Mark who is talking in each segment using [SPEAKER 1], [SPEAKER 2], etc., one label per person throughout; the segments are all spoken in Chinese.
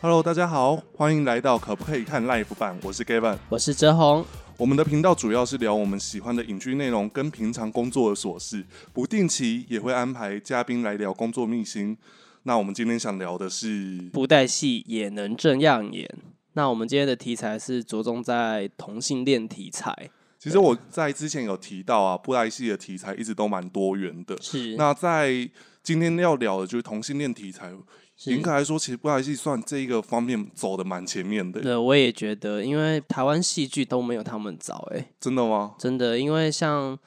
[SPEAKER 1] Hello，大家好，欢迎来到可不可以看 Live 版？我是 Gavin。
[SPEAKER 2] 我是哲宏，
[SPEAKER 1] 我们的频道主要是聊我们喜欢的影剧内容跟平常工作的琐事，不定期也会安排嘉宾来聊工作秘辛。那我们今天想聊的是，
[SPEAKER 2] 布袋戏也能这样演。那我们今天的题材是着重在同性恋题材，
[SPEAKER 1] 其实我在之前有提到啊，布袋戏的题材一直都蛮多元的。
[SPEAKER 2] 是
[SPEAKER 1] 那在今天要聊的就是同性恋题材，
[SPEAKER 2] 是
[SPEAKER 1] 严格来说，其实布袋戏算这一个方面走的蛮前面的。
[SPEAKER 2] 对，我也觉得，因为台湾戏剧都没有他们早、欸，
[SPEAKER 1] 真的吗？
[SPEAKER 2] 真的，因为像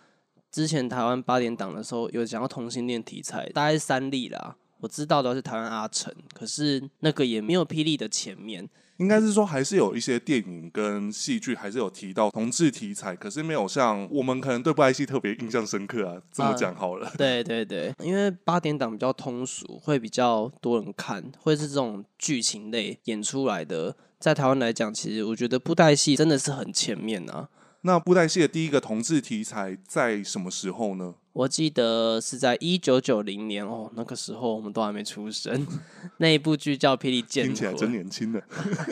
[SPEAKER 2] 之前台湾八点档的时候有讲到同性恋题材，大概是三例啦。我知道的是台湾阿成，可是那个也没有霹雳的前面，
[SPEAKER 1] 应该是说还是有一些电影跟戏剧还是有提到同志题材，可是没有像我们可能对不爱戏特别印象深刻啊。这么讲好了，
[SPEAKER 2] 对对对，因为八点档比较通俗，会比较多人看，会是这种剧情类演出来的。在台湾来讲，其实我觉得布袋戏真的是很前面啊。
[SPEAKER 1] 那布袋戏的第一个同志题材在什么时候呢？
[SPEAKER 2] 我记得是在一九九零年哦，那个时候我们都还没出生。那一部剧叫《霹雳剑
[SPEAKER 1] 听
[SPEAKER 2] 魂
[SPEAKER 1] 起来》，真年轻呢。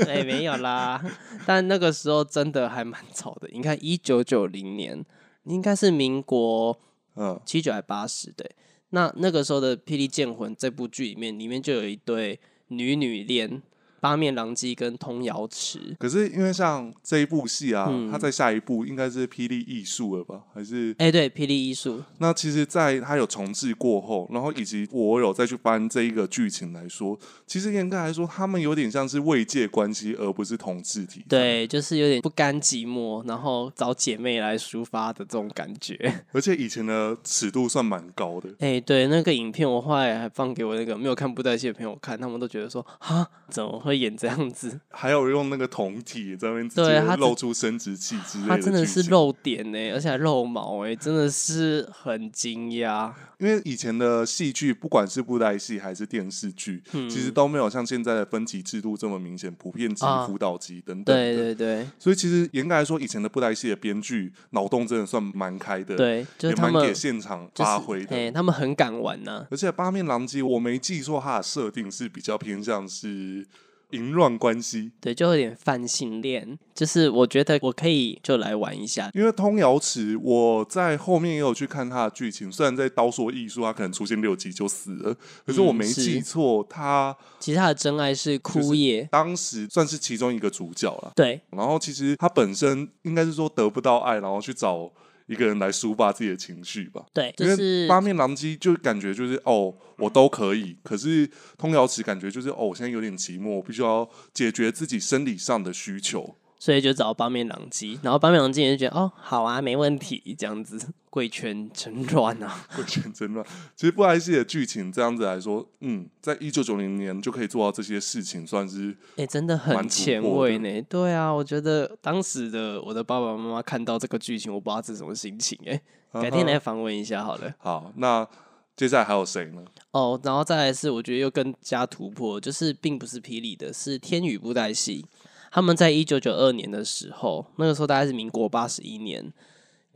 [SPEAKER 2] 哎，没有啦。但那个时候真的还蛮早的。你看，一九九零年，应该是民国
[SPEAKER 1] 嗯，
[SPEAKER 2] 七九还八十对。那那个时候的《霹雳剑魂》这部剧里面，里面就有一对女女恋，八面狼藉跟通瑶池。
[SPEAKER 1] 可是因为像这一部戏啊，它在下一部应该是《霹雳艺术》了吧？还是
[SPEAKER 2] 哎、对，《霹雳艺术》
[SPEAKER 1] 那其实，在它有重置过后，然后以及我有再去翻这一个剧情来说，其实严格来说，他们有点像是慰藉关系，而不是同志题材。
[SPEAKER 2] 对，就是有点不甘寂寞，然后找姐妹来抒发的这种感觉。
[SPEAKER 1] 而且以前的尺度算蛮高的。
[SPEAKER 2] 哎、对，那个影片我后来还放给我那个没有看布袋戏的朋友看，他们都觉得说啊，怎么会演这样子？
[SPEAKER 1] 还有用那个铜体在那边直
[SPEAKER 2] 对
[SPEAKER 1] 接
[SPEAKER 2] 他只
[SPEAKER 1] 露出生殖器之类
[SPEAKER 2] 他真的
[SPEAKER 1] 剧
[SPEAKER 2] 是
[SPEAKER 1] 情
[SPEAKER 2] 露点呢、欸而且还露毛哎、真的是很惊讶。
[SPEAKER 1] 因为以前的戏剧，不管是布袋戏还是电视剧，
[SPEAKER 2] 嗯
[SPEAKER 1] 其实都没有像现在的分级制度这么明显，普遍级、
[SPEAKER 2] 啊
[SPEAKER 1] 辅导级等等
[SPEAKER 2] 对
[SPEAKER 1] 的。
[SPEAKER 2] 对对
[SPEAKER 1] 所以其实严格来说，以前的布袋戏的编剧脑洞真的算蛮开的，，
[SPEAKER 2] 对，就是
[SPEAKER 1] 也
[SPEAKER 2] 他
[SPEAKER 1] 蛮
[SPEAKER 2] 们
[SPEAKER 1] 给现场
[SPEAKER 2] 就是
[SPEAKER 1] 发挥的。
[SPEAKER 2] 哎、他们很敢玩呐、
[SPEAKER 1] 而且八面狼藉，我没记错，它的设定是比较偏向是淫乱关系，
[SPEAKER 2] 对，就有点泛性恋，就是我觉得我可以就来玩一下，
[SPEAKER 1] 因为通瑶池，我在后面也有去看它的剧情，虽然在刀说艺术，它可能出现六集就死了，可是我
[SPEAKER 2] 嗯
[SPEAKER 1] 没
[SPEAKER 2] 是
[SPEAKER 1] 记错，他
[SPEAKER 2] 其实他的真爱是枯叶，
[SPEAKER 1] 当时算是其中一个主角了。
[SPEAKER 2] 对
[SPEAKER 1] 然后其实他本身应该是说得不到爱，然后去找一个人来抒发自己的情绪吧。
[SPEAKER 2] 对，
[SPEAKER 1] 因
[SPEAKER 2] 就
[SPEAKER 1] 为
[SPEAKER 2] 是
[SPEAKER 1] 八面狼藉就感觉就是哦，我都可以，可是通瑶池感觉就是哦，我现在有点寂寞，我必须要解决自己生理上的需求。
[SPEAKER 2] 所以就找八面狼藉，然后八面狼藉也就觉得哦好啊，没问题，这样子贵圈真乱 啊，
[SPEAKER 1] 贵圈真乱。其实布莱希的剧情这样子来说，嗯，在一九九零年就可以做到这些事情，算是
[SPEAKER 2] 哎、真的
[SPEAKER 1] 蛮
[SPEAKER 2] 很
[SPEAKER 1] 突
[SPEAKER 2] 前
[SPEAKER 1] 破
[SPEAKER 2] 卫
[SPEAKER 1] 的
[SPEAKER 2] 呢，对啊，我觉得当时的我的爸爸妈妈看到这个剧情，我不知道这是什么心情哎、改天
[SPEAKER 1] 啊哈
[SPEAKER 2] 来访问一下好了。
[SPEAKER 1] 好。那接下来还有谁呢？
[SPEAKER 2] 哦，然后再来是我觉得又更加突破，就是并不是霹雳的，是天宇布袋戏。他们在一九九二年的时候，那个时候大概是民国八十一年，《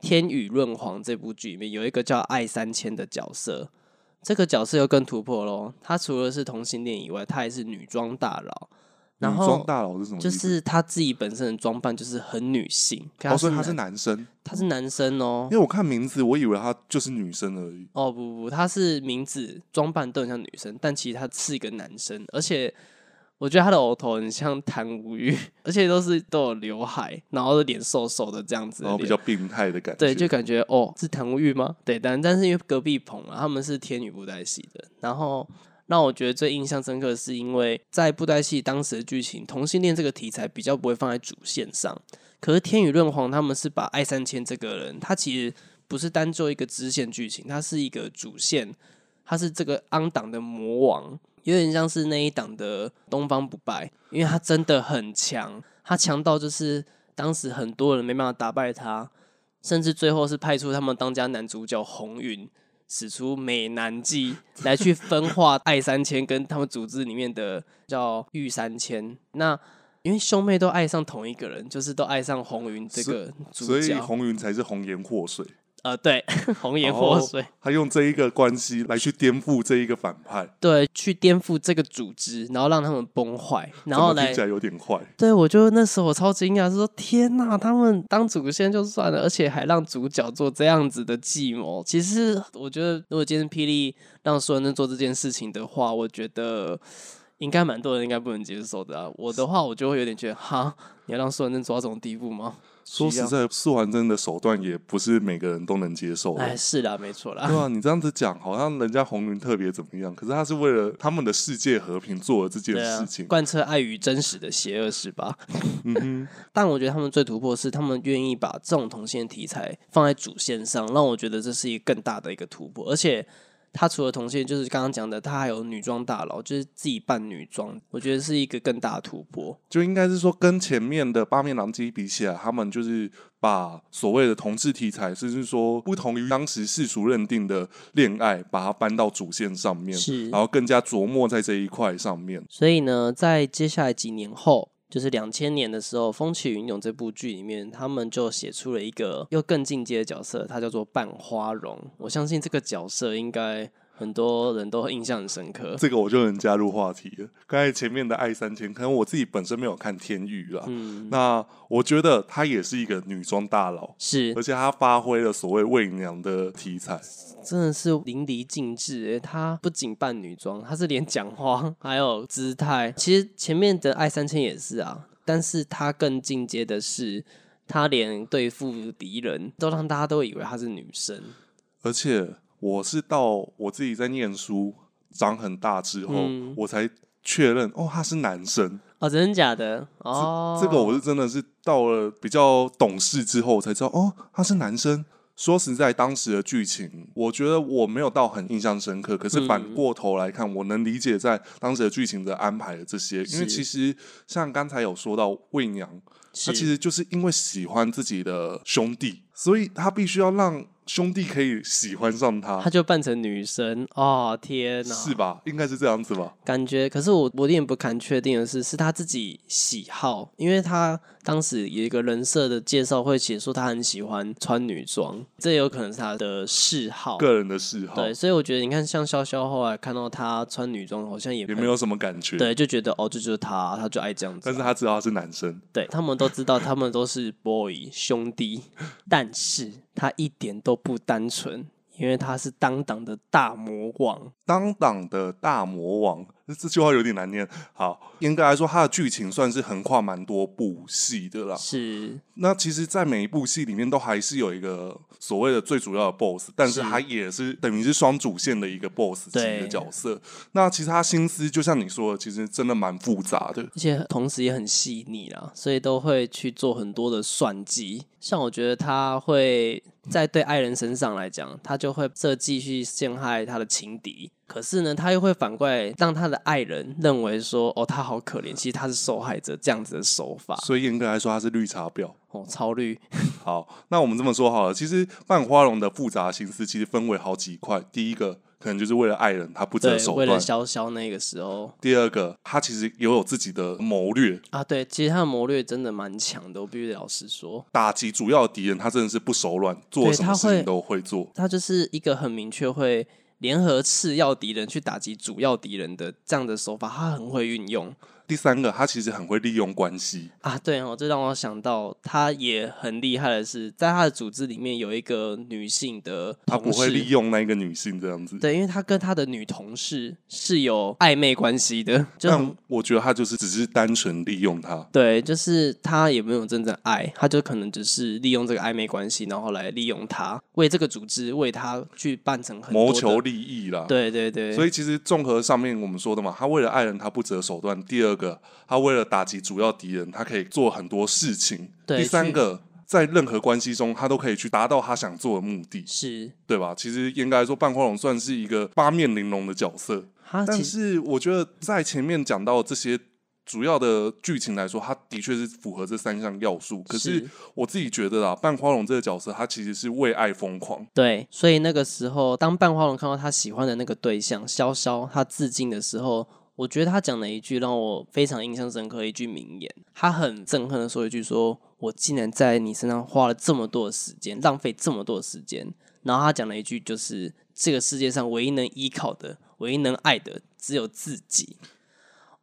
[SPEAKER 2] 天宇润黄》这部剧里面有一个叫艾三千的角色，这个角色又更突破喽。他除了是同性恋以外，他也是女装大佬，然
[SPEAKER 1] 女装
[SPEAKER 2] 后
[SPEAKER 1] 大佬是什么意
[SPEAKER 2] 就
[SPEAKER 1] 思？
[SPEAKER 2] 是他自己本身的装扮就是很女性。可
[SPEAKER 1] 哦，所以他是
[SPEAKER 2] 男
[SPEAKER 1] 男生，
[SPEAKER 2] 他是男生哦
[SPEAKER 1] 因、为我看名字，我以为他就是女生而已。
[SPEAKER 2] 哦不不，他是名字装扮都很像女生，但其实他是一个男生，而且我觉得他的额头很像谭无欲， 而且都是都有刘海，然后脸瘦瘦的这样子
[SPEAKER 1] 然哦
[SPEAKER 2] 的
[SPEAKER 1] 后比
[SPEAKER 2] 脸。
[SPEAKER 1] 较病态的感觉，
[SPEAKER 2] 对，就感觉哦，是谭无欲吗？对，但但是因为隔壁棚啊，他们是天女布袋戏的，然后让我觉得最印象深刻，是因为在布袋戏当时的剧情，同性恋这个题材比较不会放在主线上，可是天宇润皇他们是把爱三千这个人，他其实不是单做一个支线剧情，他是一个主线，他是这个昂党的魔王，有点像是那一党的东方不败，因为他真的很强，他强到就是当时很多人没办法打败他，甚至最后是派出他们当家男主角红云。使出美 男计来去分化爱三千跟他们组织里面的叫玉三千。那因为兄妹都爱上同一个人，就是都爱上红云这
[SPEAKER 1] 所
[SPEAKER 2] 个主
[SPEAKER 1] 所以
[SPEAKER 2] 角，
[SPEAKER 1] 红云才是红颜祸水。
[SPEAKER 2] 呃，对， 红颜祸水，
[SPEAKER 1] 哦他用这一个关系来去颠覆这一个反派，
[SPEAKER 2] 对，去颠覆这个组织，然后让他们崩坏，然后
[SPEAKER 1] 怎么
[SPEAKER 2] 来
[SPEAKER 1] 听起来有点坏。
[SPEAKER 2] 对，我就那时候我超惊讶，是说天呐，他们当主线就算了，而且还让主角做这样子的计谋。其实我觉得，如果今天霹雳让所有人做这件事情的话，我觉得应该蛮多人应该不能接受的、啊。我的话，我就会有点觉得，哈，你要让所有人做到这种地步吗？
[SPEAKER 1] 说
[SPEAKER 2] 需要
[SPEAKER 1] 实在，素还真的手段也不是每个人都能接受
[SPEAKER 2] 哎，
[SPEAKER 1] 的。
[SPEAKER 2] 是啦，没错 啦。
[SPEAKER 1] 对啊，你这样子讲，好像人家红云特别怎么样，可是他是为了他们的世界和平做了这件
[SPEAKER 2] 对啊
[SPEAKER 1] 事，情。
[SPEAKER 2] 贯彻爱与真实的邪恶，是吧？
[SPEAKER 1] 嗯哼，
[SPEAKER 2] 但我觉得他们最突破的是，他们愿意把这种同性题材放在主线上，让我觉得这是一个更大的一个突破。而且，他除了同性，就是刚刚讲的，他还有女装大佬，就是自己扮女装，我觉得是一个更大的突破。
[SPEAKER 1] 就应该是说跟前面的八面狼藉比起来，他们就是把所谓的同志题材，甚至说不同于当时世俗认定的恋爱，把它搬到主线上面，
[SPEAKER 2] 是
[SPEAKER 1] 然后更加琢磨在这一块上面。
[SPEAKER 2] 所以呢，在接下来几年后，就是两千年的时候，《风起云涌》这部剧里面，他们就写出了一个又更进阶的角色，它叫做半花荣。我相信这个角色应该很多人都印象很深刻。
[SPEAKER 1] 这个我就能加入话题了。刚才前面的《爱三千》，可能我自己本身没有看《天域》啦，
[SPEAKER 2] 嗯，
[SPEAKER 1] 那我觉得她也是一个女装大佬，
[SPEAKER 2] 是
[SPEAKER 1] 而且她发挥了所谓媚娘的题材，
[SPEAKER 2] 真的是淋漓尽致诶、她不仅扮女装，她是连讲话还有姿态。其实前面的爱三千也是啊，但是她更进阶的是，她连对付敌人都让大家都以为她是女生。
[SPEAKER 1] 而且我是到我自己在念书长很大之后，
[SPEAKER 2] 嗯
[SPEAKER 1] 我才确认哦，他是男生。
[SPEAKER 2] 哦，真的假的？哦，
[SPEAKER 1] 这个我是真的是到了比较懂事之后我才知道，哦，他是男生。说实在，当时的剧情，我觉得我没有到很印象深刻。可是
[SPEAKER 2] 嗯
[SPEAKER 1] 反过头来看，我能理解在当时的剧情的安排的这些，因为
[SPEAKER 2] 是
[SPEAKER 1] 其实像刚才有说到魏娘，
[SPEAKER 2] 是
[SPEAKER 1] 他其实就是因为喜欢自己的兄弟，所以他必须要让兄弟可以喜欢上
[SPEAKER 2] 她
[SPEAKER 1] 他，
[SPEAKER 2] 就扮成女生哦，天哪！
[SPEAKER 1] 是吧？应该是这样子吧？
[SPEAKER 2] 感觉，可是我我有点不敢确定的是，是他自己喜好，因为他当时有一个人设的介绍会写说他很喜欢穿女装，这有可能是他的嗜好。
[SPEAKER 1] 个人的嗜好
[SPEAKER 2] 哦对，所以我觉得你看，像潇潇后来看到他穿女装，好像也
[SPEAKER 1] 也没有什么感觉，
[SPEAKER 2] 对，就觉得哦，这就是他，他就爱这样子
[SPEAKER 1] 但
[SPEAKER 2] 啊。
[SPEAKER 1] 是他知道他是男生，
[SPEAKER 2] 对他们都知道，他们都是 boy 兄弟，但是他一点都不单纯，因为他是当党的大魔王。
[SPEAKER 1] 当党的大魔王，这句话有点难念。好，严格来说，它的剧情算是横跨蛮多部戏的啦。
[SPEAKER 2] 是
[SPEAKER 1] 那其实，在每一部戏里面，都还是有一个所谓的最主要的 BOSS，但是
[SPEAKER 2] 是
[SPEAKER 1] 它也是等于是双主线的一个 BOSS 级的
[SPEAKER 2] 对
[SPEAKER 1] 角色。那其实他心思，就像你说的，其实真的蛮复杂的。
[SPEAKER 2] 而且同时也很细腻啦，所以都会去做很多的算计。像我觉得他会在对爱人身上来讲，他就会设计去陷害他的情敌。可是呢，他又会反过来让他的爱人认为说，哦，他好可怜，其实他是受害者，这样子的手法，
[SPEAKER 1] 所以严格来说，它是绿茶婊。
[SPEAKER 2] 哦，超绿，
[SPEAKER 1] 好，那我们这么说好了。其实半花龙的复杂心思其实分为好几块。第一个可能就是为了爱人，他不择
[SPEAKER 2] 对，
[SPEAKER 1] 手
[SPEAKER 2] 为
[SPEAKER 1] 段；
[SPEAKER 2] 了潇潇那个时候
[SPEAKER 1] 第二个，他其实也有自己的谋略，
[SPEAKER 2] 啊，对，其实他的谋略真的蛮强的，我必须老实说。
[SPEAKER 1] 打击主要敌人，他真的是不手软，做
[SPEAKER 2] 对
[SPEAKER 1] 什么
[SPEAKER 2] 他
[SPEAKER 1] 事
[SPEAKER 2] 会
[SPEAKER 1] 情都会做。
[SPEAKER 2] 他就是一个很明确会联合次要敌人去打击主要敌人的这样的手法，他很会运用
[SPEAKER 1] 第三个，他其实很会利用关系，
[SPEAKER 2] 啊。对哦，这让我想到，他也很厉害的是，在他的组织里面有一个女性的
[SPEAKER 1] 他不
[SPEAKER 2] 同
[SPEAKER 1] 会利
[SPEAKER 2] 事。
[SPEAKER 1] 用那一个女性这样子。
[SPEAKER 2] 对，因为他跟他的女同事是有暧昧关 系的，就很
[SPEAKER 1] 但我觉得他就是只是单纯利用他。
[SPEAKER 2] 对，就是他也没有真正爱，他就可能只是利用这个暧昧关系，然后来利用他为这个组织为他去办成很多
[SPEAKER 1] 谋
[SPEAKER 2] 的
[SPEAKER 1] 求利益啦。
[SPEAKER 2] 对对对，
[SPEAKER 1] 所
[SPEAKER 2] 以
[SPEAKER 1] 以其实综合上面我们说的嘛，他为了爱人他不择手段；第二个，他为了打击主要敌人，他可以做很多事情；
[SPEAKER 2] 对
[SPEAKER 1] 第三
[SPEAKER 2] 去
[SPEAKER 1] 个，在任何关系中，他都可以去达到他想做的目的，
[SPEAKER 2] 是
[SPEAKER 1] 对吧？其实严格来说，半花龙算是一个八面玲珑的角色，
[SPEAKER 2] 他
[SPEAKER 1] 但
[SPEAKER 2] 啊其实
[SPEAKER 1] 是我觉得在前面讲到这些。主要的剧情来说，它的确是符合这三项要素。可是
[SPEAKER 2] 是
[SPEAKER 1] 我自己觉得啦，半花龙这个角色，他其实是为爱疯狂，
[SPEAKER 2] 对，所以那个时候当半花龙看到他喜欢的那个对象潇潇，他自尽的时候，我觉得他讲的一句让我非常印象深刻，一句名言，他很憎恨的说一句说：“我竟然在你身上花了这么多的时间，浪费这么多的时间。”然后他讲了一句就是：“这个世界上唯一能依靠的，唯一能爱的，只有自己。”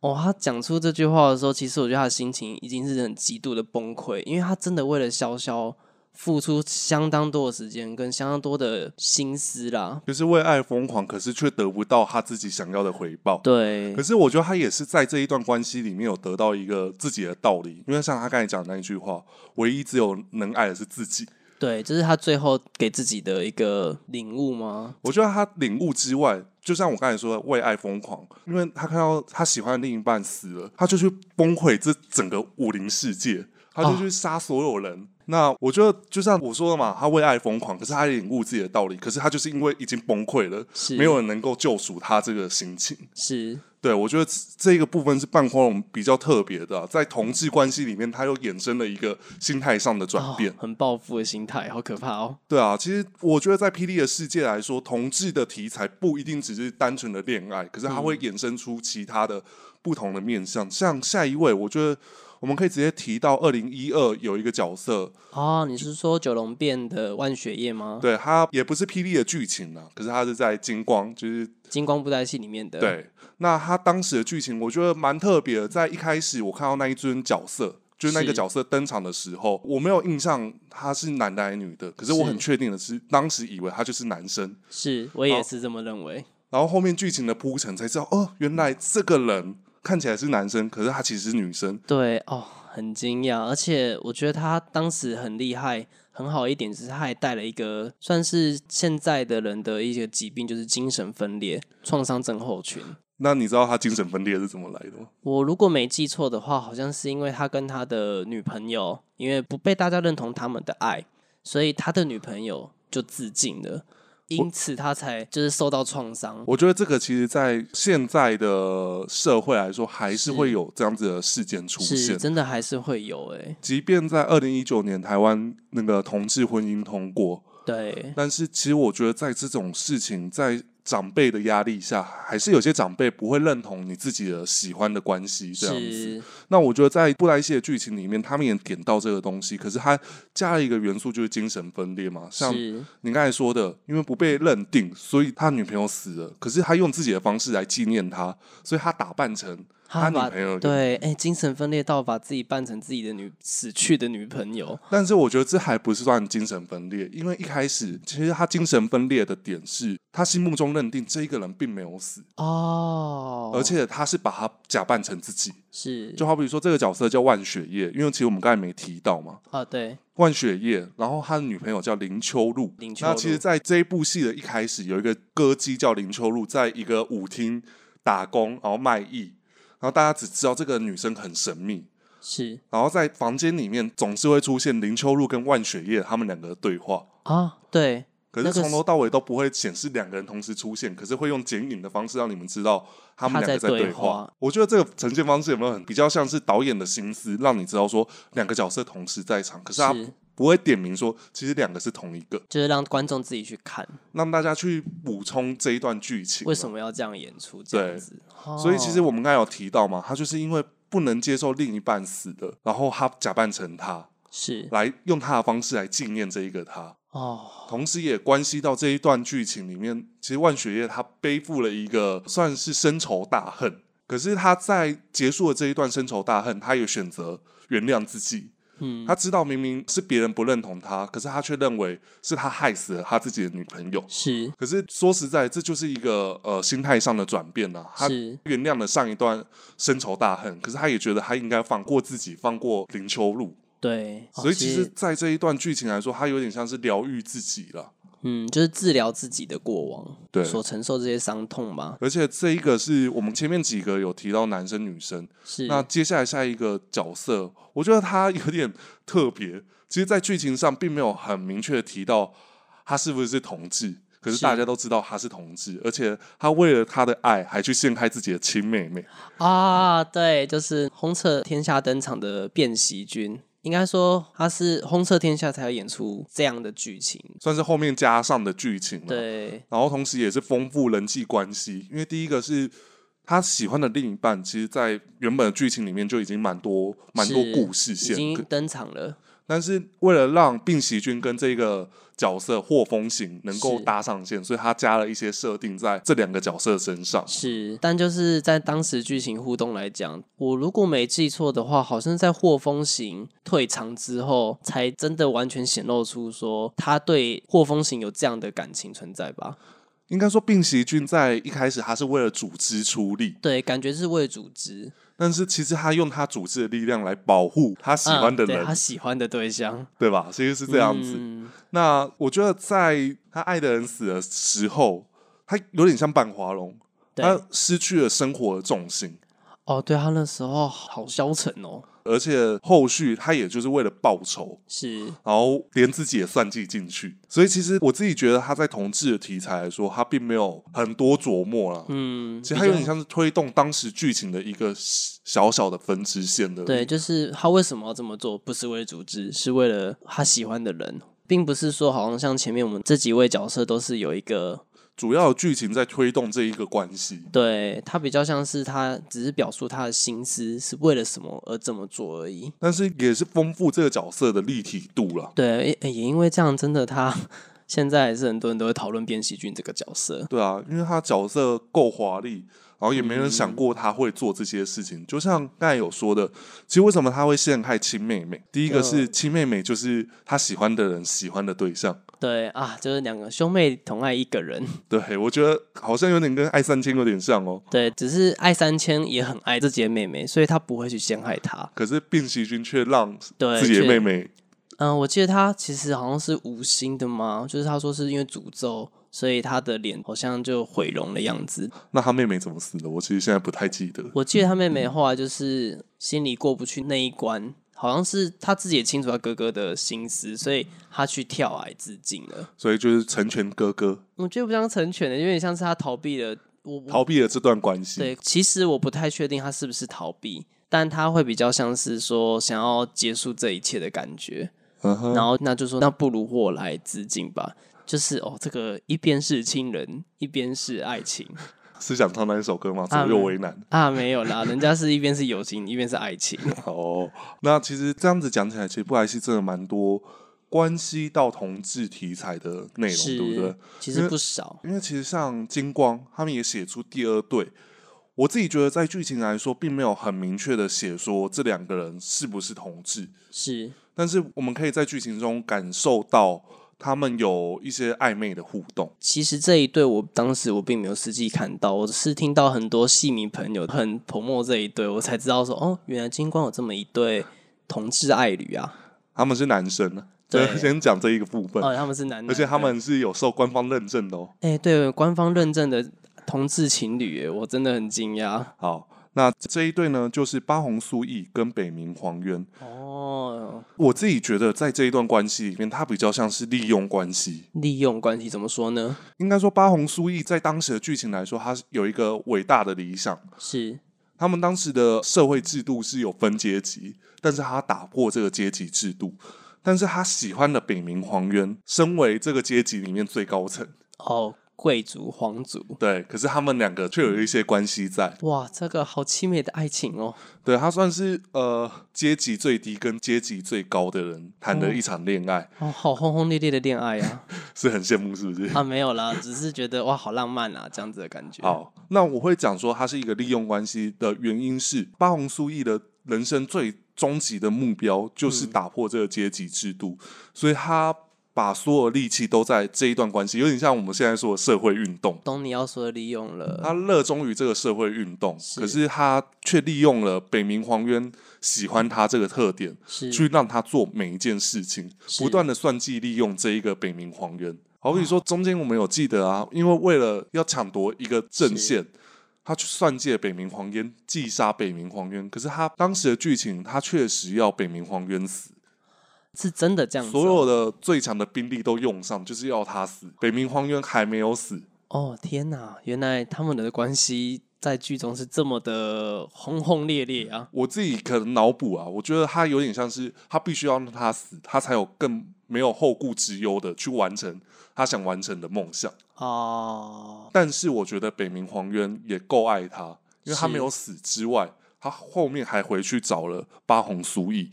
[SPEAKER 2] 哦，他讲出这句话的时候，其实我觉得他的心情已经是很极度的崩溃，因为他真的为了潇潇付出相当多的时间跟相当多的心思啦。
[SPEAKER 1] 就是为爱疯狂，可是却得不到他自己想要的回报。
[SPEAKER 2] 对
[SPEAKER 1] 可，是我觉得他也是在这一段关系里面有得到一个自己的道理，因为像他刚才讲的那一句话，唯一只有能爱的是自己。
[SPEAKER 2] 对，这是他最后给自己的一个领悟吗？
[SPEAKER 1] 我觉得他领悟之外，就像我刚才说的，为爱疯狂，因为他看到他喜欢的另一半死了，他就去崩溃这整个武林世界，他就去杀所有人。那我觉得就像我说的嘛，他为爱疯狂，可是他也领悟自己的道理，可是他就是因为已经崩溃了，
[SPEAKER 2] 是
[SPEAKER 1] 没有人能够救赎他这个心情。
[SPEAKER 2] 是
[SPEAKER 1] 对，我觉得这这个部分是半花龙比较特别的啊、在同志关系里面，它又衍生了一个心态上的转变
[SPEAKER 2] 哦。很报复的心态，好可怕哦。
[SPEAKER 1] 对啊，其实我觉得在霹雳的世界来说，同志的题材不一定只是单纯的恋爱，可是它
[SPEAKER 2] 嗯
[SPEAKER 1] 会衍生出其他的不同的面向。像下一位，我觉得我们可以直接提到二零一二有一个角色，
[SPEAKER 2] 哦，你是说九龙变的万雪夜吗？
[SPEAKER 1] 对他也不是霹雳的剧情啊，可是他是在金光，就是
[SPEAKER 2] 金光布袋戏里面的，，
[SPEAKER 1] 对，那他当时的剧情我觉得蛮特别的。在一开始我看到那一尊角色，就是那个
[SPEAKER 2] 是
[SPEAKER 1] 角色登场的时候，我没有印象他是男的还是女的，可是
[SPEAKER 2] 是
[SPEAKER 1] 我很确定的是，当时以为他就是男生。
[SPEAKER 2] 是我也是这么认为。
[SPEAKER 1] 然后后面剧情的铺陈才知道，哦，原来这个人看起来是男生，可是他其实是女生。
[SPEAKER 2] 对哦，很惊讶，而且我觉得他当时很厉害，很好一点就是他还带了一个算是现在的人的一些疾病，就是精神分裂、创伤症候群。
[SPEAKER 1] 那你知道他精神分裂是怎么来的吗？
[SPEAKER 2] 我如果没记错的话，好像是因为他跟他的女朋友，因为不被大家认同他们的爱，所以他的女朋友就自尽了，因此他才就是受到创伤。
[SPEAKER 1] 我觉得这个其实，在现在的社会来说，还是会有这样子的事件出
[SPEAKER 2] 是
[SPEAKER 1] 现。
[SPEAKER 2] 真的还是会有哎、
[SPEAKER 1] 即便在二零一九年台湾那个同志婚姻通过，
[SPEAKER 2] 对，
[SPEAKER 1] 但是其实我觉得，在这种事情，在长辈的压力下，还是有些长辈不会认同你自己的喜欢的关系这样子。
[SPEAKER 2] 是
[SPEAKER 1] 那我觉得在布莱希的剧情里面，他们也点到这个东西，可是他加了一个元素，就是精神分裂嘛。像
[SPEAKER 2] 是
[SPEAKER 1] 你刚才说的，因为不被认定，所以他女朋友死了，可是他用自己的方式来纪念他，所以他打扮成他女
[SPEAKER 2] 把
[SPEAKER 1] 朋友。
[SPEAKER 2] 啊对，哎、精神分裂到把自己扮成自己的女死去的女朋友，
[SPEAKER 1] 但是我觉得这还不是算精神分裂，因为一开始其实他精神分裂的点是，他心目中认定这一个人并没有死，
[SPEAKER 2] 哦，
[SPEAKER 1] 而且他是把他假扮成自己。
[SPEAKER 2] 是
[SPEAKER 1] 就好比说这个角色叫万雪夜，因为其实我们刚才没提到嘛，
[SPEAKER 2] 啊，对，
[SPEAKER 1] 万雪夜，然后他的女朋友叫林秋露。
[SPEAKER 2] 林秋
[SPEAKER 1] 那其实，
[SPEAKER 2] 露
[SPEAKER 1] 在这一部戏的一开始，有一个歌姬叫林秋露，在一个舞厅打工，然后卖艺，然后大家只知道这个女生很神秘，
[SPEAKER 2] 是
[SPEAKER 1] 然后在房间里面总是会出现林秋露跟万雪夜他们两个的对话，
[SPEAKER 2] 啊，对，
[SPEAKER 1] 可是
[SPEAKER 2] 那个
[SPEAKER 1] 从头到尾都不会显示两个人同时出现，可是会用剪影的方式让你们知道他们
[SPEAKER 2] 他
[SPEAKER 1] 两个
[SPEAKER 2] 在
[SPEAKER 1] 对
[SPEAKER 2] 对话
[SPEAKER 1] 我觉得这个呈现方式有没有很比较像是导演的心思，让你知道说两个角色同时在场，可是啊他
[SPEAKER 2] 是
[SPEAKER 1] 不会点名说其实两个是同一个，
[SPEAKER 2] 就是让观众自己去看
[SPEAKER 1] 让大家去补充这一段剧情。
[SPEAKER 2] 为什
[SPEAKER 1] 么？
[SPEAKER 2] 么要这样演出这样
[SPEAKER 1] 对
[SPEAKER 2] 子，
[SPEAKER 1] 所以其实
[SPEAKER 2] 哦
[SPEAKER 1] 我们刚才有提到嘛，他就是因为不能接受另一半死的，然后他假扮成他，
[SPEAKER 2] 是
[SPEAKER 1] 来用他的方式来纪念这一个他。
[SPEAKER 2] 哦，
[SPEAKER 1] 同时也关系到这一段剧情里面，其实万雪夜她背负了一个算是深仇大恨，可是她在结束了这一段深仇大恨，她也选择原谅自己。
[SPEAKER 2] 嗯，
[SPEAKER 1] 她知道明明是别人不认同她，可是她却认为是她害死了她自己的女朋友。
[SPEAKER 2] 是
[SPEAKER 1] 可是说实在，这就是一个呃心态上的转变啊。她
[SPEAKER 2] 是
[SPEAKER 1] 原谅了上一段深仇大恨，可是她也觉得她应该放过自己，放过林秋露。
[SPEAKER 2] 对，哦
[SPEAKER 1] 所以其实，在这一段剧情来说，她有点像是疗愈自己了。
[SPEAKER 2] 嗯，就是治疗自己的过往，
[SPEAKER 1] 对
[SPEAKER 2] 所承受这些伤痛嘛，
[SPEAKER 1] 而且这一个是我们前面几个有提到男生女生，
[SPEAKER 2] 是
[SPEAKER 1] 那接下来下一个角色，我觉得他有点特别。其实，在剧情上并没有很明确地提到他是不是同志，可是
[SPEAKER 2] 是
[SPEAKER 1] 大家都知道他是同志，而且他为了他的爱还去陷害自己的亲妹妹。
[SPEAKER 2] 啊，对，就是轰彻天下登场的变习君。应该说他是轰彻天下才会演出这样的剧情，
[SPEAKER 1] 算是后面加上的剧情了。
[SPEAKER 2] 对，
[SPEAKER 1] 然后同时也是丰富人际关系，因为第一个是他喜欢的另一半，其实，在原本的剧情里面就已经蛮多蛮多
[SPEAKER 2] 是
[SPEAKER 1] 故事
[SPEAKER 2] 已
[SPEAKER 1] 线，
[SPEAKER 2] 经登场了，
[SPEAKER 1] 但是为了让病喜君跟这个角色霍风行能够
[SPEAKER 2] 是
[SPEAKER 1] 搭上线，所以他加了一些设定在这两个角色身上。
[SPEAKER 2] 是，但就是在当时剧情互动来讲，我如果没记错的话，好像在霍风行退场之后，才真的完全显露出说他对霍风行有这样的感情存在吧？
[SPEAKER 1] 应该说，病喜君在一开始他是为了组织出力，
[SPEAKER 2] 对，感觉是为了组织
[SPEAKER 1] 但是其实他用他组织的力量来保护他喜欢的
[SPEAKER 2] 嗯对
[SPEAKER 1] 人，
[SPEAKER 2] 他喜欢的对象
[SPEAKER 1] 对吧？其实是这样子。
[SPEAKER 2] 嗯
[SPEAKER 1] 那我觉得，在他爱的人死的时候，他有点像半华龙，
[SPEAKER 2] 对，
[SPEAKER 1] 他失去了生活的重心。
[SPEAKER 2] 哦，对他那时候好消沉哦，
[SPEAKER 1] 而且后续他也就是为了报仇，
[SPEAKER 2] 是
[SPEAKER 1] 然后连自己也算计进去，所以其实我自己觉得他在同志的题材来说，他并没有很多琢磨啦。
[SPEAKER 2] 嗯，
[SPEAKER 1] 其实他有
[SPEAKER 2] 比
[SPEAKER 1] 点
[SPEAKER 2] 较
[SPEAKER 1] 像是推动当时剧情的一个小小的分支线的。
[SPEAKER 2] 对，，就是他为什么要这么做？不是为了组织，是为了他喜欢的人，并不是说好像像前面我们这几位角色都是有一个，
[SPEAKER 1] 主要的剧情在推动这一个关系。
[SPEAKER 2] 对他比较像是他只是表述他的心思是为了什么而这么做而已。
[SPEAKER 1] 但是也是丰富这个角色的立体度啦。
[SPEAKER 2] 对，也也因为这样，真的他现在还是很多人都会讨论变喜君这个角色。
[SPEAKER 1] 对啊，因为他角色够华丽，然后也没人想过他会做这些事情。就像刚才有说的，其实为什么他会陷害亲妹妹？第一
[SPEAKER 2] 嗯
[SPEAKER 1] 个是亲妹妹就是他喜欢的人喜欢的对象。
[SPEAKER 2] 对啊，就是两个兄妹同爱一个人，
[SPEAKER 1] 对，我觉得好像有点跟爱三千有点像哦。
[SPEAKER 2] 对，只是爱三千也很爱自己的妹妹，所以他不会去陷害她。
[SPEAKER 1] 可是卞熙君却让
[SPEAKER 2] 对，
[SPEAKER 1] 自己的
[SPEAKER 2] 却
[SPEAKER 1] 妹妹，
[SPEAKER 2] 嗯，我记得他其实好像是无心的嘛，就是他说是因为诅咒，所以他的脸好像就毁容的样子。
[SPEAKER 1] 那她妹妹怎么死的？我其实现在不太记得。
[SPEAKER 2] 我记得他妹妹
[SPEAKER 1] 嗯
[SPEAKER 2] 后来就是心里过不去那一关，好像是他自己也清楚他哥哥的心思，所以他去跳崖自尽了。
[SPEAKER 1] 所以就是成全哥哥，
[SPEAKER 2] 我觉得不像成全的，有点像是他逃避了我。我
[SPEAKER 1] 逃避了这段关系。
[SPEAKER 2] 嗯对，其实我不太确定他是不是逃避，但他会比较像是说想要结束这一切的感觉。
[SPEAKER 1] 嗯哼，
[SPEAKER 2] 然后那就说那不如我来致敬吧。就是哦，这个一边是亲人，一边是爱情
[SPEAKER 1] 是想唱那一首歌吗？
[SPEAKER 2] 啊
[SPEAKER 1] 左右为难。
[SPEAKER 2] 啊，没有啦，人家是一边是友情，一边是爱情。
[SPEAKER 1] 哦，那其实这样子讲起来，其实布莱希真的蛮多关系到同志题材的内容，
[SPEAKER 2] 是，
[SPEAKER 1] 对不对？
[SPEAKER 2] 其
[SPEAKER 1] 因
[SPEAKER 2] 实
[SPEAKER 1] 为
[SPEAKER 2] 不少，
[SPEAKER 1] 因为其实像金光他们也写出第二对，我自己觉得在剧情来说，并没有很明确的写说这两个人是不是同志，
[SPEAKER 2] 是
[SPEAKER 1] 但是我们可以在剧情中感受到他们有一些暧昧的互动。
[SPEAKER 2] 其实这一对我当时我并没有实际看到，我是听到很多戏迷朋友很捧墨这一对，我才知道说哦，原来金光有这么一对同志爱侣啊，
[SPEAKER 1] 他们是男生呢，
[SPEAKER 2] 对
[SPEAKER 1] 所以先讲这一个部分，
[SPEAKER 2] 哦，他们是男男，
[SPEAKER 1] 而且他
[SPEAKER 2] 对
[SPEAKER 1] 们是有受官方认证的哦。
[SPEAKER 2] 哎、对官方认证的同志情侣耶，我真的很惊讶
[SPEAKER 1] 好，那这一对呢，就是八红素义跟北冥黄渊。
[SPEAKER 2] 哦。
[SPEAKER 1] 我自己觉得，在这一段关系里面，它比较像是利用关系。
[SPEAKER 2] 利用关系怎么说呢？
[SPEAKER 1] 应该说，八红素义在当时的剧情来说，他有一个伟大的理想。
[SPEAKER 2] 是
[SPEAKER 1] 他们当时的社会制度是有分阶级，但是他打破这个阶级制度。但是他喜欢的北冥黄渊，身为这个阶级里面最高层，
[SPEAKER 2] 哦，贵族皇族。
[SPEAKER 1] 对，可是他们两个却有一些关系在。
[SPEAKER 2] 哇，这个好凄美的爱情哦！
[SPEAKER 1] 对他算是呃阶级最低跟阶级最高的人谈的一场恋爱，
[SPEAKER 2] 哦，好轰轰烈烈的恋爱啊！
[SPEAKER 1] 是很羡慕，是不是？
[SPEAKER 2] 啊，没有啦，只是觉得哇，好浪漫啊，这样子的感觉。
[SPEAKER 1] 好，那我会讲说它是一个利用关系的原因是，八红苏义的人生最终极的目标就是
[SPEAKER 2] 嗯
[SPEAKER 1] 打破这个阶级制度，所以他把所有力气都在这一段关系，有点像我们现在说的社会运动。
[SPEAKER 2] 懂你要说的利用了，
[SPEAKER 1] 他热衷于这个社会运动，
[SPEAKER 2] 嗯是
[SPEAKER 1] 可是他却利用了北冥黄渊喜欢他这个特点，
[SPEAKER 2] 是
[SPEAKER 1] 去让他做每一件事情，
[SPEAKER 2] 是啊
[SPEAKER 1] 不断的算计利用这一个北冥黄渊。好比说，中间我们有记得啊，因为为了要抢夺一个阵线，他去算计了北冥黄渊，击杀北冥黄渊。可是他当时的剧情，他确实要北冥黄渊死，
[SPEAKER 2] 是真的这样子哦、
[SPEAKER 1] 所有的最强的兵力都用上，就是要他死。北冥黄渊还没有死，
[SPEAKER 2] 哦，天哪！原来他们的关系在剧中是这么的轰轰烈烈啊！
[SPEAKER 1] 我自己可能脑补啊，我觉得他有点像是他必须要让他死，他才有更没有后顾之忧的去完成他想完成的梦想。
[SPEAKER 2] 哦，
[SPEAKER 1] 但是我觉得北冥黄渊也够爱他，因为他没有死之外，他后面还回去找了八红苏义，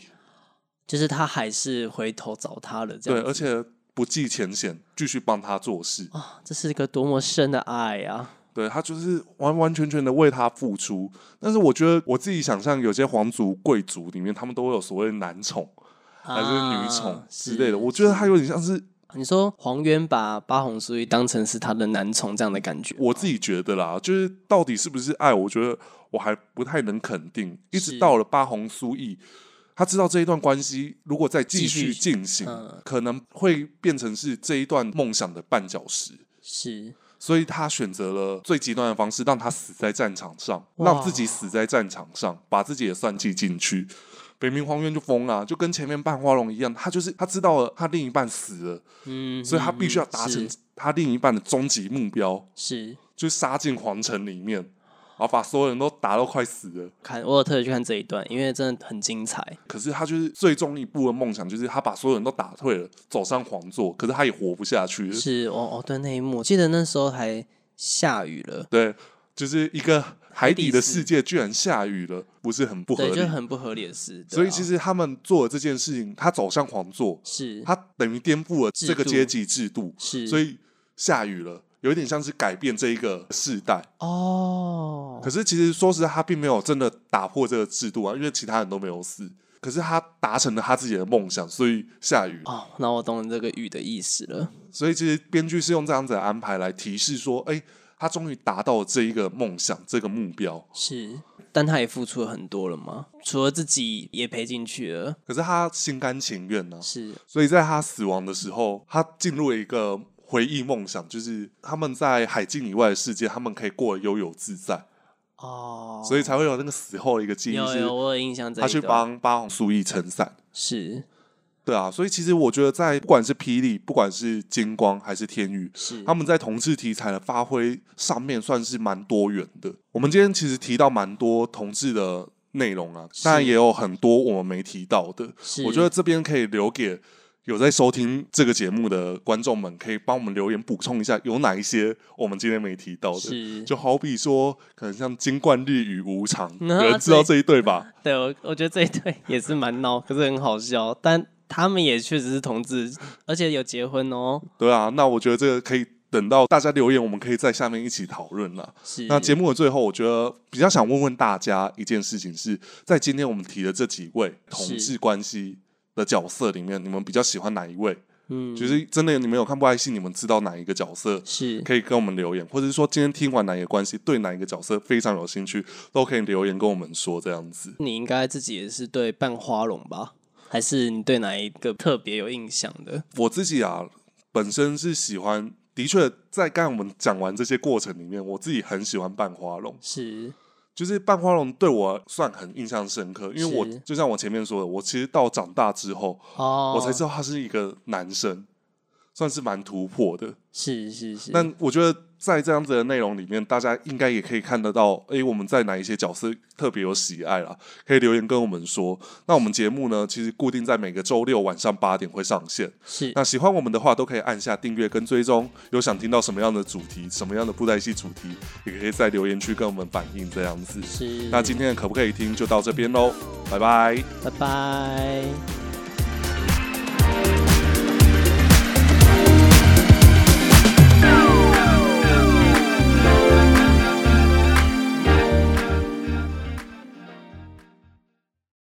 [SPEAKER 2] 就是他还是回头找他了，这
[SPEAKER 1] 对，
[SPEAKER 2] 样
[SPEAKER 1] 而且不计前嫌，继续帮他做事，
[SPEAKER 2] 啊，这是一个多么深的爱啊！
[SPEAKER 1] 对他就是完完全全的为他付出。但是我觉得我自己想象，有些皇族贵族里面，他们都会有所谓的男宠还是女宠
[SPEAKER 2] 啊
[SPEAKER 1] 之类的，
[SPEAKER 2] 是
[SPEAKER 1] 我觉得他有点像是
[SPEAKER 2] 你说黄渊把八红书玉当成是他的男宠这样的感觉吗，
[SPEAKER 1] 我自己觉得啦，就是到底是不是爱，我觉得我还不太能肯定。一直到了八红苏义，他知道这一段关系如果再继续
[SPEAKER 2] 继续
[SPEAKER 1] 进行，
[SPEAKER 2] 嗯
[SPEAKER 1] 可能会变成是这一段梦想的绊脚石。
[SPEAKER 2] 是
[SPEAKER 1] 所以他选择了最极端的方式，让他死在战场上，
[SPEAKER 2] 哇
[SPEAKER 1] 让自己死在战场上，把自己也算计进去。北冥荒渊就疯了，就跟前面半花龙一样，他就是他知道了他另一半死了，
[SPEAKER 2] 嗯，
[SPEAKER 1] 所以他必须要达成他另一半的终极目标，
[SPEAKER 2] 是。是
[SPEAKER 1] 就杀进皇城里面，然后把所有人都打到快死了。
[SPEAKER 2] 看，我有特别去看这一段，因为真的很精彩。
[SPEAKER 1] 可是他就是最终一步的梦想，就是他把所有人都打退了，走上皇座。可是他也活不下去了，
[SPEAKER 2] 是哦哦，对那一幕，我记得那时候还下雨了，
[SPEAKER 1] 对，就是一个海底的
[SPEAKER 2] 海底世
[SPEAKER 1] 世界居然下雨了，不是很不合
[SPEAKER 2] 对，啊
[SPEAKER 1] 理
[SPEAKER 2] 就是。很不合理的事。对
[SPEAKER 1] 所以
[SPEAKER 2] 啊
[SPEAKER 1] 其实他们做了这件事情，他走上皇座，
[SPEAKER 2] 是
[SPEAKER 1] 他等于颠覆了这个
[SPEAKER 2] 制度
[SPEAKER 1] 阶级制度，
[SPEAKER 2] 是，
[SPEAKER 1] 所
[SPEAKER 2] 以
[SPEAKER 1] 以下雨了。有一点像是改变这一个世代，
[SPEAKER 2] 哦
[SPEAKER 1] 可，是其实说实在，他并没有真的打破这个制度啊，因为其他人都没有死。可是他达成了他自己的梦想，所以下雨。
[SPEAKER 2] 哦，那我懂你这个雨的意思了。
[SPEAKER 1] 所以其实编剧是用这样子的安排来提示说，哎、他终于达到了这一个梦想，这个目标。
[SPEAKER 2] 是，但他也付出了很多了嘛，除了自己也赔进去了，
[SPEAKER 1] 可是他心甘情愿呢、
[SPEAKER 2] 是
[SPEAKER 1] 所以在他死亡的时候，他进入了一个回忆梦想，就是他们在海境以外的世界，他们可以过得悠游自在，
[SPEAKER 2] 哦，
[SPEAKER 1] 所以才会有那个死后的一个记忆，
[SPEAKER 2] 有
[SPEAKER 1] 是
[SPEAKER 2] 有我有印象这一
[SPEAKER 1] 他去
[SPEAKER 2] 段
[SPEAKER 1] 帮八红苏义撑伞。
[SPEAKER 2] 是
[SPEAKER 1] 对啊，所以其实我觉得，在不管是霹雳，不管是金光还是天宇，
[SPEAKER 2] 是
[SPEAKER 1] 他们在同志题材的发挥上面算是蛮多元的。我们今天其实提到蛮多同志的内容啊，
[SPEAKER 2] 是
[SPEAKER 1] 当然也有很多我们没提到的。
[SPEAKER 2] 是，
[SPEAKER 1] 我觉得这边可以留给有在收听这个节目的观众们，可以帮我们留言补充一下，有哪一些我们今天没提到的。
[SPEAKER 2] 是，
[SPEAKER 1] 就好比说，可能像金冠日与无 常，
[SPEAKER 2] 嗯
[SPEAKER 1] 有人知道这一对吧？
[SPEAKER 2] 对我我觉得这一对也是蛮闹，可是很好笑，但。他们也确实是同志，而且有结婚哦。
[SPEAKER 1] 对啊，那我觉得这个可以等到大家留言，我们可以在下面一起讨论了。
[SPEAKER 2] 是
[SPEAKER 1] 那节目的最后，我觉得比较想问问大家一件事情是，在今天我们提的这几位同志关系的角色里面，你们比较喜欢哪一位？
[SPEAKER 2] 嗯
[SPEAKER 1] 就是真的你们有看过爱戏，你们知道哪一个角色？
[SPEAKER 2] 是
[SPEAKER 1] 可以跟我们留言，或者是说今天听完哪一个关系，对哪一个角色非常有兴趣，都可以留言跟我们说这样子。
[SPEAKER 2] 你应该自己也是对半花龙吧？还是你对哪一个特别有印象的？
[SPEAKER 1] 我自己啊，本身是喜欢，的确在刚才我们讲完这些过程里面，我自己很喜欢半花龙。
[SPEAKER 2] 是
[SPEAKER 1] 就是半花龙对我算很印象深刻，因为我
[SPEAKER 2] 是
[SPEAKER 1] 就像我前面说的，我其实到长大之后，
[SPEAKER 2] 哦，
[SPEAKER 1] 我才知道他是一个男生，算是蛮突破的。
[SPEAKER 2] 是是是，
[SPEAKER 1] 但我觉得在这样子的内容里面，大家应该也可以看得到，诶，我们在哪一些角色特别有喜爱啦，可以留言跟我们说。那我们节目呢，其实固定在每个周六晚上八点会上线。
[SPEAKER 2] 是
[SPEAKER 1] 那喜欢我们的话，都可以按下订阅跟追踪。有想听到什么样的主题、什么样的布袋戏主题，也可以在留言区跟我们反映这样子。
[SPEAKER 2] 是，
[SPEAKER 1] 那今天的可不可以听就到这边喽，拜拜。
[SPEAKER 2] 拜拜。